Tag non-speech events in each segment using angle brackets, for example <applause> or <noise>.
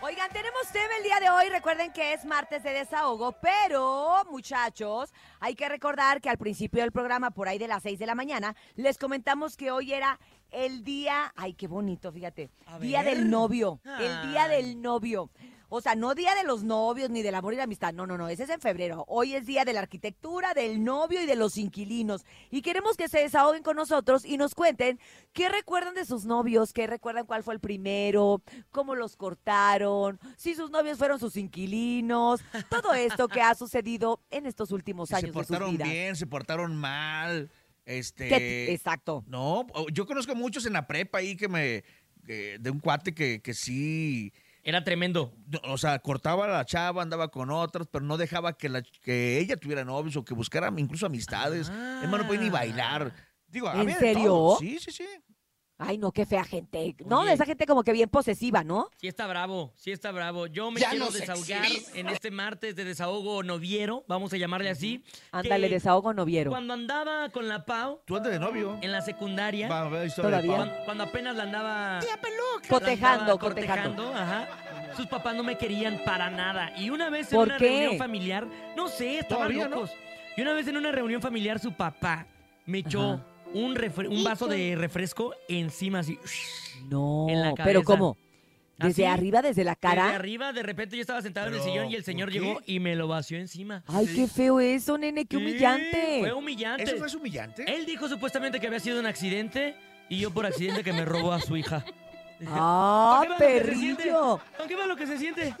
Oigan, tenemos tema el día de hoy. Recuerden que es martes de desahogo, pero muchachos, hay que recordar que al principio del programa, por ahí de las 6 de la mañana, les comentamos que hoy era el día. Ay, qué bonito, fíjate. A Día ver. del novio. El día Ay. del novio. O sea, no día de los novios ni del amor y la amistad. No, no, no, ese es en febrero. Hoy es día de la arquitectura, del novio y de los inquilinos. Y queremos que se desahoguen con nosotros y nos cuenten qué recuerdan de sus novios, qué recuerdan cuál fue el primero, cómo los cortaron, si sus novios fueron sus inquilinos, todo esto que ha sucedido en estos últimos Si se años de sus portaron vidas. bien, se portaron mal. ¿Qué- Este. Exacto. No, o- yo conozco muchos en la prepa ahí que me. que- de un cuate que, que sí. Era tremendo. no, O sea, cortaba a la chava, andaba con otras, pero no dejaba que, la, que ella tuviera novios o que buscara incluso amistades. Ah. Hermano, no podía ni bailar. Digo, ¿En había de serio? todo. Sí, sí, sí. Ay, no, qué fea gente. No, Oye. de esa gente como que bien posesiva, ¿no? Sí está bravo, sí está bravo. Yo me Ya quiero nos desahogar exhibiste. en este martes de desahogo noviero, vamos a llamarle así. Ándale, que desahogo noviero. Cuando andaba con la Pau Tú andas de novio. en la secundaria, Va a ver historia de Todavía. Pau. cuando, cuando apenas la andaba... Cotejando, Cotejando, cotejando. cotejando. ajá. Sus papás no me querían para nada. Y una vez en ¿Por una qué? reunión familiar, no sé, estaban Todavía, ¿no? locos. Y una vez en una reunión familiar, su papá me echó Ajá. un, refre- un vaso de refresco encima así. No, en la pero cabeza. ¿cómo? ¿Desde Así, arriba, desde la Desde cara? arriba, de repente yo estaba sentado en el Pero, sillón y el ¿por señor qué? llegó y me lo vació encima. Ay, Sí. qué feo eso, nene, qué Sí, humillante. <laughs> Fue humillante. ¿Eso no es humillante? Eh, Él dijo supuestamente que había sido un accidente y yo por accidente que me robó a su hija. Ah, ¿Con qué malo que se siente? perrillo. <laughs> ¿Con qué malo que se siente?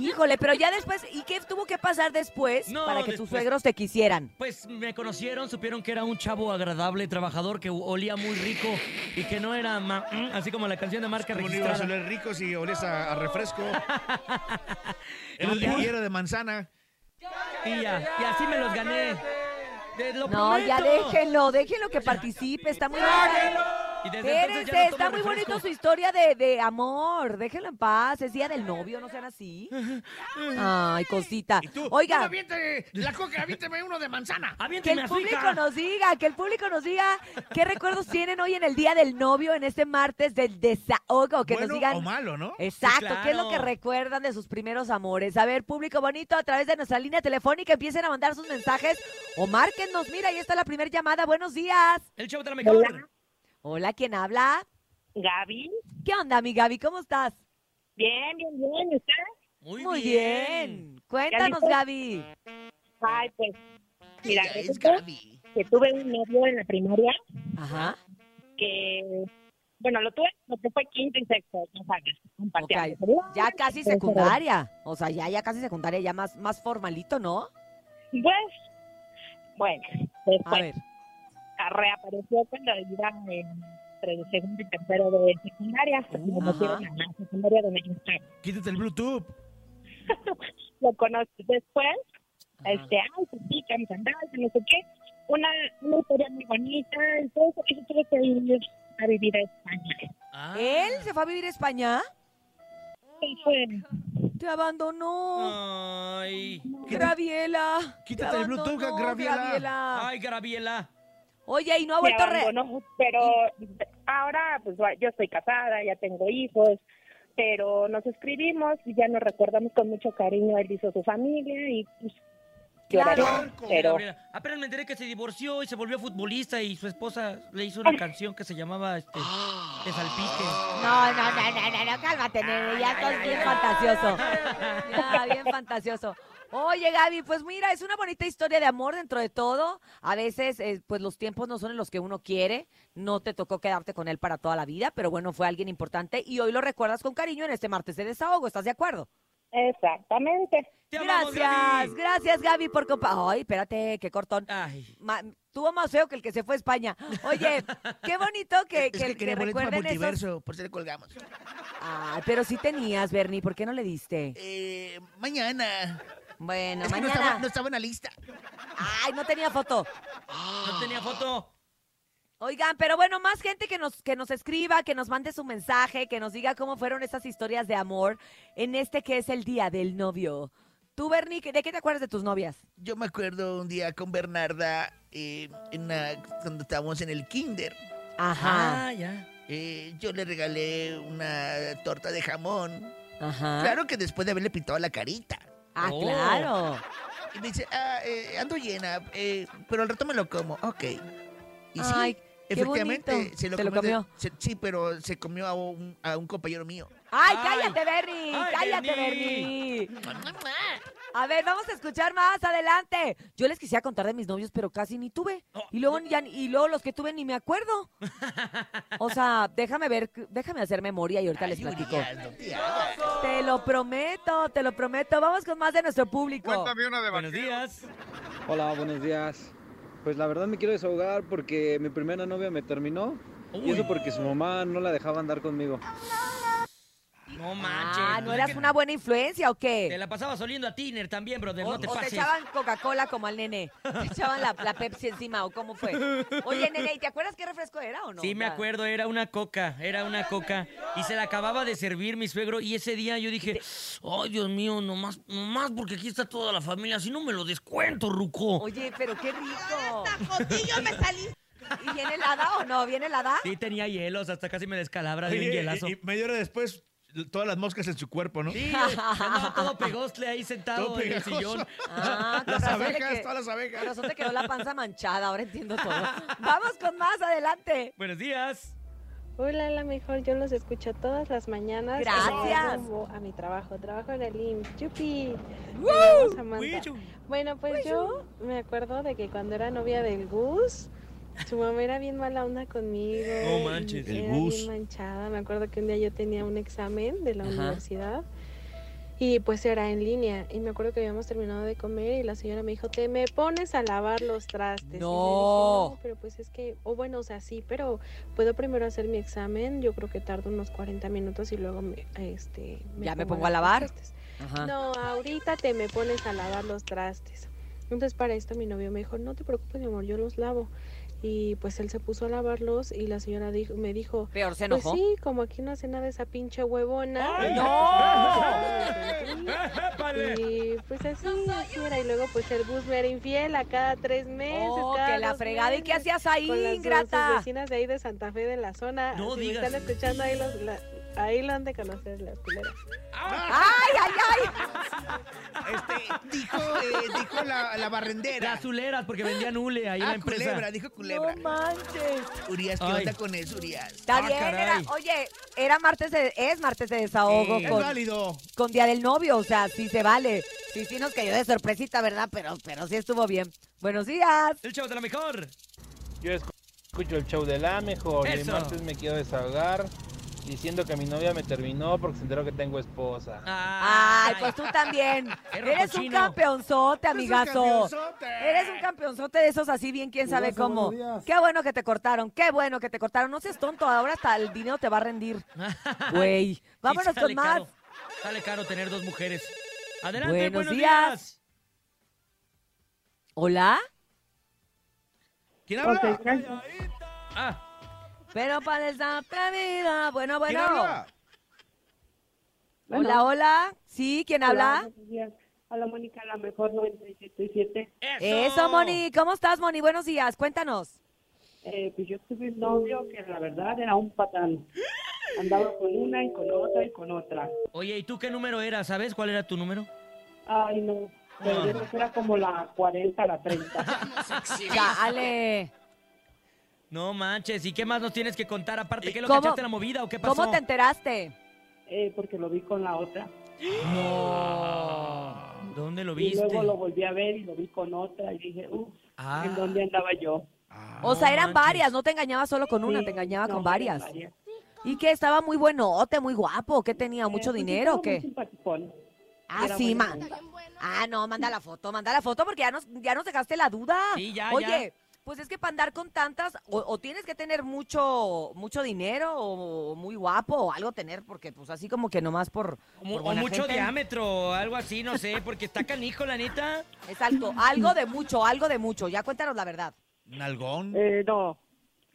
Híjole, pero ya después, ¿y qué tuvo que pasar después No, para que tus después- suegros te quisieran? Pues me conocieron, supieron que era un chavo agradable, trabajador, que olía muy rico y que no era ma- mm, así como la canción de marca ¿Cómo no ibas a registrada. oler rico si olías a, <laughs> a refresco? Era ligero de manzana. Y, ya, y así me los gané. Te lo No, ya prometo. déjenlo, déjenlo que participe, está muy bonita. Y desde entonces ya Espérense, no está tomo muy refresco. bonito su historia de, de amor. Déjenlo en paz, es día del novio, no sean así. Ay, cosita. Y tú, Oiga, Ah, aviente la coca, aviéntame uno de manzana. Que Aviénteme el azúcar. público nos diga, que el público nos diga qué recuerdos tienen hoy en el Día del Novio, en este martes del desahogo, que bueno nos digan... o malo, ¿no? Exacto, Sí, claro. ¿qué es lo que recuerdan de sus primeros amores? A ver, público bonito, a través de nuestra línea telefónica empiecen a mandar sus mensajes o márquennos. Mira, ahí está la primera llamada. Buenos días. El chavo de la mejor. Hola, ¿quién habla? Gaby, ¿Qué onda, mi Gaby? ¿Cómo estás? bien, bien, bien. ¿Y usted? Muy, Cuéntanos, Ya Gaby. Ay, pues, mira, resulta que tuve un novio en la primaria Ajá, que, bueno, lo tuve porque fue quinto y sexto, no sabes, un parcial. ya casi secundaria. O sea, ya, ya casi secundaria, ya más, más formalito, ¿no? Pues, bueno, A después ver. reapareció cuando iba entre el segundo y tercero de secundaria, Ah. porque me Ajá. metieron a la secundaria donde yo estaba. Quítate el Bluetooth. Lo conocí después, Ajá. este, ay, que sí, que me encantaba, que no sé qué. Una, una historia muy bonita, entonces yo tuve que ir a vivir a España. Ah. ¿Él se fue a vivir a España? Y fue, Te abandonó. Ah, Ay. Graviela. Quítate Te el Bluetooth, abandonó, Graviela. Ah. Ay, Graviela. Oye, y no ha me vuelto re... abandonó, pero ahora, pues va- yo estoy casada, ya tengo hijos, pero nos escribimos y ya nos recordamos con mucho cariño. Él hizo su familia y pues, Claro. lloraré, pero Gabriela. Apenas me enteré que se divorció y se volvió futbolista y su esposa le hizo una canción que se llamaba este, Ah. Te salpique. No, no, no, no, no, no, cálmate, nene, ya estás bien <laughs> fantasioso. Ya, bien fantasioso. Oye, Gaby, pues mira, es una bonita historia de amor dentro de todo. A veces, eh, pues los tiempos no son en los que uno quiere. No te tocó quedarte con él para toda la vida, pero bueno, fue alguien importante y hoy lo recuerdas con cariño en este martes de desahogo. ¿Estás de acuerdo? exactamente. Te amamos, gracias, Gaby. gracias, Gaby, por compa. Ay, espérate, qué cortón. Ay. Ma- tuvo más feo que el que se fue a España. Oye, qué bonito que, es que, que, que quería boleto para recuerden esos. multiverso, por eso le colgamos. Ay, pero sí tenías, Bernie, ¿por qué no le diste? Eh, mañana. Bueno, es que no mañana. estaba, no estaba en la lista. Ay, no tenía foto. No tenía foto. Oigan, pero bueno, más gente que nos, que nos escriba, que nos mande su mensaje, que nos diga cómo fueron estas historias de amor en este que es el día del novio. Tú, Bernie, ¿qué- ¿de qué te acuerdas de tus novias? Yo me acuerdo un día con Bernarda, eh, en la- cuando estábamos en el kinder. Ajá. Ah, ya. eh, yo le regalé una torta de jamón. Ajá. Claro que después de haberle pintado la carita. Ah, Oh. claro. Y me dice, ah, eh, ando llena, eh, pero al rato me lo como. Ok. Y sí, Ay, qué efectivamente bonito. se lo ¿Te lo comió. de- comió? se- sí, pero se comió a un, a un compañero mío. Ay, Ay. cállate, Bernie. Ay, cállate, Bernie. Bernie. A ver, vamos a escuchar más adelante. Yo les quisiera contar de mis novios, pero casi ni tuve. Oh. Y luego ya, y luego los que tuve ni me <laughs> acuerdo. O sea, déjame ver, déjame hacer memoria y ahorita les Ay, platico. Urias, no te hagas. Te lo prometo, te lo prometo. Vamos con más de nuestro público. Cuéntame una de Buenos vaquero. días. Hola, buenos días. Pues la verdad me quiero desahogar porque mi primera novia me terminó y Uy. eso porque su mamá no la dejaba andar conmigo. No manches. Ah, ¿no pues es eras que una buena influencia o Te qué? la pasabas oliendo a Tiner también, brother. O, no te o te pases. echaban Coca-Cola como al nene. Te echaban la, la Pepsi encima o cómo <laughs> fue. Oye, nene, ¿y te acuerdas qué refresco era o no? Sí, me Ya. acuerdo, era una coca, era una coca. Y se la acababa de servir mi suegro. Y ese día yo dije, ay, Dios mío, nomás, nomás porque aquí está toda la familia. Si no me lo descuento, Ruco. Oye, pero qué rico. Tacotillo me salí. ¿Y viene helada o no? ¿Viene helada? Sí, tenía hielos, hasta casi me descalabra de un Oye, hielazo. y- y media hora después, todas las moscas en su cuerpo, ¿no? <laughs> Sí, andaba todo pegostle ahí sentado Todo en el pegajoso. sillón. Ah, con Las razón te abejas, que- todas las abejas. Con razón te quedó la panza manchada, ahora entiendo todo. Vamos con más, adelante. Buenos días. Hola, la mejor. Yo los escucho todas las mañanas. en el Gracias. rumbo a mi trabajo. Trabajo en el IMSS. ¡Yupi! ¡Woo! Saludos, Samantha. Huichu. Bueno, pues yo me acuerdo de que cuando era novia del Gus, su mamá era bien mala onda conmigo. No y manches. El era Gus. bien manchada. Me acuerdo que un día yo tenía un examen de la Ajá. universidad y pues era en línea. Y me acuerdo que habíamos terminado de comer y la señora me dijo, te me pones a lavar los trastes. Y le dije, No. "No, pero pues es que, o bueno, o sea, sí, pero puedo primero hacer mi examen. Yo creo que tardo unos 40 minutos y luego me, este, Ya me pongo a lavar. los trastes". Ah. No, ahorita te me pones a lavar los trastes. Entonces para esto mi novio me dijo, no te preocupes, mi amor, yo los lavo. Y pues él se puso a lavarlos y la señora dijo, me dijo, Peor, se pues enojó. sí, como aquí no hace nada esa pinche huevona. ¡Ay, <laughs> no! ¡Épale! Y pues así, así era. Y luego pues el bus me era infiel a cada tres meses. Oh, cada que la dos fregada. ¿Y qué meses. hacías ahí, Con las sus ingrata? vecinas de ahí de Santa Fe de la zona. No si digas. Me están escuchando ahí los... la- Ahí lo han de conocer las culeras. ¡Ay, ay, ay! Este, dijo eh, dijo la, la barrendera. Las zuleras, porque vendían hule ahí en la Ah, empresa. culebra, dijo culebra. manches! Urias, ¿qué Ay. onda con eso, Urias? Está Ah, bien, era, caray. oye, era martes, de- es martes de desahogo Sí. con, válido. con Día del Novio, o sea, sí se vale. Sí, sí nos cayó de sorpresita, ¿verdad? Pero, pero sí estuvo bien. Buenos días. El chavo de la mejor. Yo escu- escucho el show de la mejor y el Eso. martes me quiero desahogar diciendo que mi novia me terminó porque se enteró que tengo esposa. Ay, pues <laughs> tú también. Perro Eres un cochino. campeonzote, amigazo. campeonzote. Eres un campeonzote de esos así bien, quién sabe cómo. Qué bueno que te cortaron, qué bueno que te cortaron. No seas tonto, ahora hasta el dinero te va a rendir. Güey, vámonos Sí, con sale más. caro. Sale caro tener dos mujeres. Adelante, Buenos buenos, días. días. ¿Hola? ¿Quién Ok, habla? gracias. Ah, Pero para esa vida. Bueno, ¿Quién bueno. habla? Hola, hola. Sí, ¿quién habla? buenos días. Hola, Mónica, la mejor 97.7. eso. Eso, Moni. ¿Cómo estás, Moni? Buenos días. Cuéntanos. Eh, pues yo tuve un novio que la verdad era un patán. Andaba con una y con otra y con otra. Oye, ¿y tú qué número era? ¿Sabes cuál era tu número? Ay, no. Ah. Pero yo creo que era como la 40, la 30. <laughs> Dale. No manches, ¿y qué más nos tienes que contar? Aparte, ¿qué lo ¿Cómo- cachaste en la movida o qué pasó? ¿Cómo te enteraste? Eh, porque lo vi con la otra. ¿Dónde lo Ah. Y viste? luego lo volví a ver y lo vi con otra y dije, uff, Ah. ¿en dónde andaba yo? O sea, eran manches. varias. No te engañaba solo con una, Sí, te engañaba no, con varias. con varias. ¿Y que estaba muy buenote, muy guapo? ¿Qué tenía? ¿Mucho Eh, pues dinero estaba o muy qué? simpaticón. Ah, era sí, buena man. onda. Ah, no, manda la foto, manda la foto porque ya nos, ya nos dejaste la duda. Sí, ya, Oye, pues es que para andar con tantas, o, o tienes que tener mucho, mucho dinero, o muy guapo, o algo tener, porque pues así como que nomás por. O mu- por o buena mucho gente, diámetro o algo así, no sé, porque está canijo, la neta. Exacto, algo de mucho, algo de mucho. Ya cuéntanos la verdad. Nalgón. Eh, no,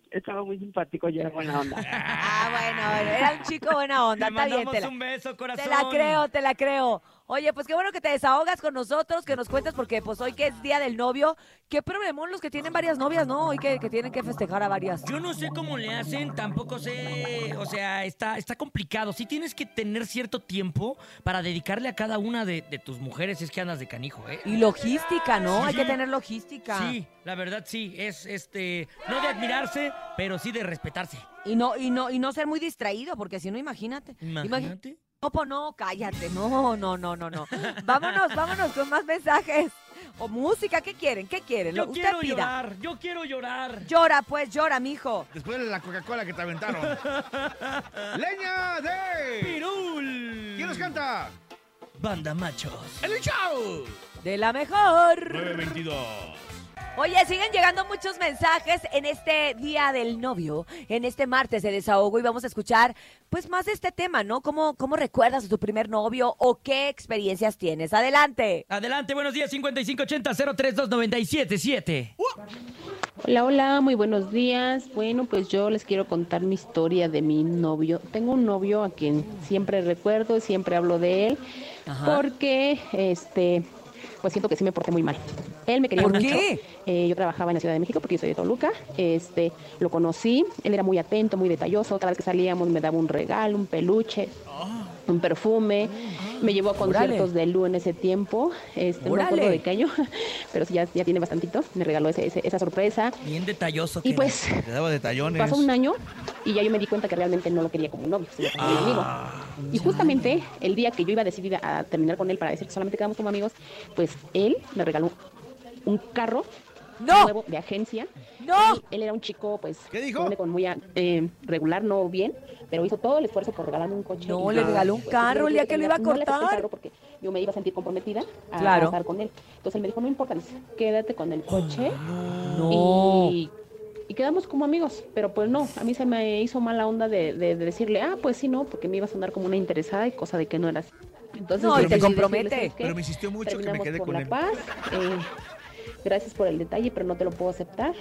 estaba muy simpático y era buena onda. Ah, bueno, bueno, era un chico buena onda, Te está bien, mandamos te la, un beso, corazón. te la creo, te la creo. Oye, pues qué bueno que te desahogas con nosotros, que nos cuentas, porque pues hoy que es día del novio, qué problemón los que tienen varias novias, ¿no? Hoy que, que tienen que festejar a varias. Yo no sé cómo le hacen, tampoco sé, o sea, está, está complicado. Sí tienes que tener cierto tiempo para dedicarle a cada una de, de tus mujeres, si es que andas de canijo, ¿eh? Y logística, ¿no? Sí. Hay que tener logística. Sí, la verdad sí, es este, no de admirarse, pero sí de respetarse. Y no, y no, y no ser muy distraído, porque si no, imagínate. Imagi- Imagínate. No, pues no, cállate. No, no, no, no, no. Vámonos, vámonos con más mensajes. O música, ¿qué quieren? ¿Qué quieren? Lo- Yo Usted quiero pida. llorar, yo quiero llorar. Llora, pues, llora, mijo. Después de la Coca-Cola que te <laughs> aventaron. ¡Leña de! Pirul. ¿Quién nos canta? Banda machos. ¡El Chao! De la mejor. 922. Oye, siguen llegando muchos mensajes en este día del novio, en este martes de desahogo y vamos a escuchar pues más de este tema, ¿no? ¿Cómo, cómo recuerdas a tu primer novio o qué experiencias tienes? Adelante. Adelante, buenos días, 5580-032977. Hola, hola, muy buenos días. Bueno, pues yo les quiero contar mi historia de mi novio. Tengo un novio a quien siempre recuerdo, siempre hablo de él, porque este, pues siento que sí me porté muy mal. Él me quería ¿Por mucho. qué? Eh, yo trabajaba en la Ciudad de México porque yo soy de Toluca. Este, lo conocí, él era muy atento, muy detalloso. Cada vez que salíamos me daba un regalo, un peluche, Ah. un perfume. Me llevó a conciertos de Lu en ese tiempo. Este, no me acuerdo Órale. de qué año, <laughs> pero sí, ya, ya tiene bastantito. Me regaló ese- ese- esa sorpresa. Bien detalloso. Y que- pues Te daba detallones. pasó un año y ya yo me di cuenta que realmente no lo quería como un novio, sino como un amigo. Ah. Y justamente el día que yo iba decidida a terminar con él para decir que solamente quedamos como amigos, pues él me regaló un carro No, nuevo de agencia. no. Él, él era un chico, pues, ¿Qué dijo? hombre con muy a- eh, regular, no bien, pero hizo todo el esfuerzo por regalarme un coche. No, Y le yo, regaló un pues, carro, el día yo que lo iba a no le acepté el cortar. carro porque yo me iba a sentir comprometida a Claro. estar con él. Entonces él me dijo, no importa, Liz, quédate con el coche. No. Y, y quedamos como amigos, pero pues no, a mí se me hizo mala onda de, de- de decirle, ah, pues sí, no, porque me iba a sonar como una interesada y cosa de que no era así. Entonces, No, y decidí te decirle, compromete. "¿Sabes qué? Pero me insistió mucho que me Terminamos quedé por con la él. paz. eh, gracias por el detalle, pero no te lo puedo aceptar.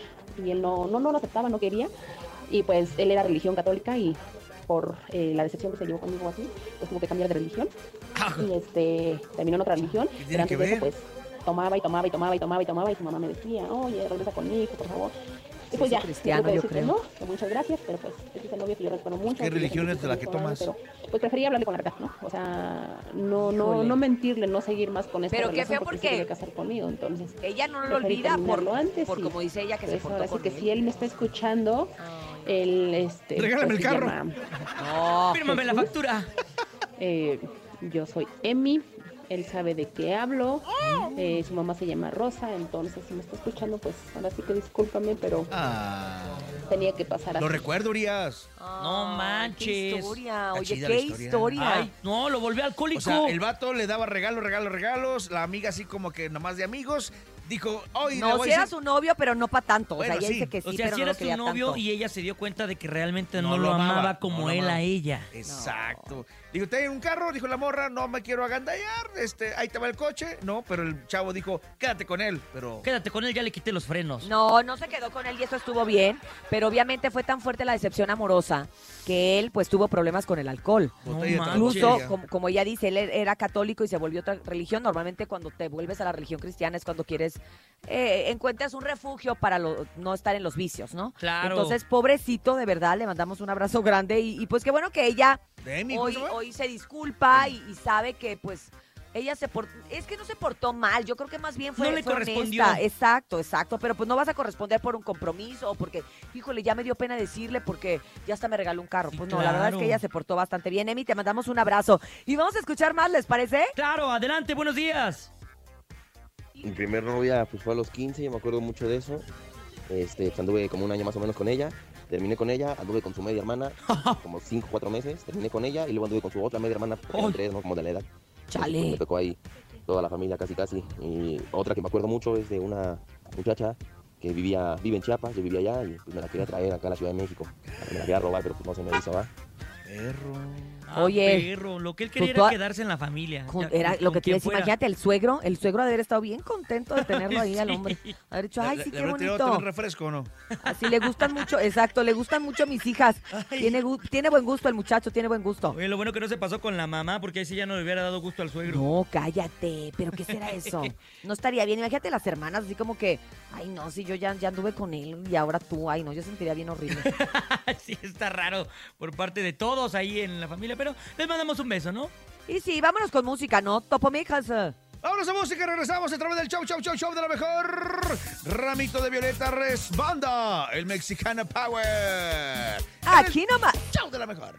Y él no, no, no lo aceptaba, no quería. Y pues él era religión católica y por eh, la decepción que se llevó conmigo así, pues tuvo que cambiar <laughs> de religión. Y este, terminó en otra religión. tiene Pero antes que de eso, ver? pues tomaba y tomaba y tomaba y tomaba y tomaba y su mamá me decía, oye, regresa conmigo, por favor. Y pues hizo ya, cristiano, tuve que yo decirle creo. no, que muchas gracias, pero pues ese es el novio que yo recuerdo mucho. ¿Qué que yo religión sentí es de la que mucho, tomas? pero, pues prefería hablarle con la verdad, ¿no? O sea, no, no, Híjole. no mentirle, no seguir más con esta Pero qué relación feo se porque- quería casar conmigo, entonces. Ella no lo preferí olvida por, terminarlo antes por y, como dice ella que se pues, portó ahora sí con que si él. él me está escuchando, él, este... Regálame pues, el se carro. llama, No. Fírmame la factura. eh, yo soy Emi, él sabe de qué hablo, eh, su mamá se llama Rosa, entonces si me está escuchando, pues ahora sí que discúlpame, pero Ah, tenía que pasar así. lo recuerdo, Urias. No Ay, manches. Qué historia. Está Oye, chida la qué historia. historia. Ay, no, lo volví alcohólico. O sea, el vato le daba regalos, regalos, regalos. La amiga así como que nomás de amigos. Dijo, hoy le no, voy si a era decir- su novio, pero no para tanto. Bueno, o sea, ella sí. dice que sí, O sea, pero si no lo era su quería novio tanto. y ella se dio cuenta de que realmente no, No lo lo amaba, amaba, como no lo él amaba. a ella. Exacto. Dijo, ¿te un carro? Dijo la morra, no me quiero agandallar. Este, ahí te va el coche. No, pero el chavo dijo, quédate con él. Pero Quédate con él, ya le quité los frenos. No, no se quedó con él y eso estuvo bien, pero obviamente fue tan fuerte la decepción amorosa que él pues tuvo problemas con el alcohol. botella No Ah, tras manches. Incluso, botella. como, como ella dice, él era católico y se volvió otra religión. Normalmente cuando te vuelves a la religión cristiana es cuando quieres, eh, encuentras un refugio para lo- no estar en los vicios, ¿no? Claro. Entonces, pobrecito, de verdad, le mandamos un abrazo grande y, y, pues qué bueno que ella De mi hoy, ¿eh? ¿cómo se llama? hoy se disculpa y, y sabe que pues... Ella se por- es que no se portó mal, yo creo que más bien fue, No le fue correspondió. honesta. Exacto, exacto, pero pues no vas a corresponder por un compromiso o porque, híjole, ya me dio pena decirle porque ya hasta me regaló un carro. Sí, pues no, la verdad es claro. que ella se portó bastante bien. Emi, te mandamos un abrazo y vamos a escuchar más, ¿les parece? Claro, adelante, buenos días. Mi primer novia pues, fue a los 15, yo me acuerdo mucho de eso. Este, pues, anduve como un año más o menos con ella. Terminé con ella, anduve con su media hermana, como 5 o 4 meses. Terminé con ella y luego anduve con su otra media hermana, porque eran Ay. tres, ¿no? Como de la edad. Entonces, pues, me Chale. tocó ahí toda la familia casi casi. Y otra que me acuerdo mucho es de una muchacha que vivía, vive en Chiapas, yo vivía allá y pues, me la quería traer acá a la Ciudad de México. Me la quería robar, pero pues, no se me hizo, ¿va? Perro. Ah, Oye, perro, lo que él pues quería era toda- quedarse en la familia. Con- ya, era con- lo que con te iba a quien decir, fuera. imagínate, el suegro, el suegro de haber estado bien contento de tenerlo ahí al <laughs> Sí. hombre. Haber dicho, ¿Le- ay, le- sí, le qué habrá tirado también bonito. refresco o no? Así le gustan mucho, exacto, le gustan mucho mis hijas. Tiene, gu- tiene buen gusto el muchacho, tiene buen gusto. Oye, lo bueno que no se pasó con la mamá, porque ahí sí ya no le hubiera dado gusto al suegro. <laughs> No, cállate, pero ¿qué será eso? No estaría bien, imagínate las hermanas así como que, ay no, si yo ya, ya anduve con él y ahora tú, ay no, yo sentiría bien horrible. sí, está raro por parte de todos ahí en la familia, pero les mandamos un beso, ¿no? Y sí, vámonos con música, ¿no? Topo mijas. eh. Vámonos a música, regresamos a través del show, show, show, show de la mejor. Ramito de Violeta Resbanda, el Mexicana Power. Aquí nomás. Show de la mejor.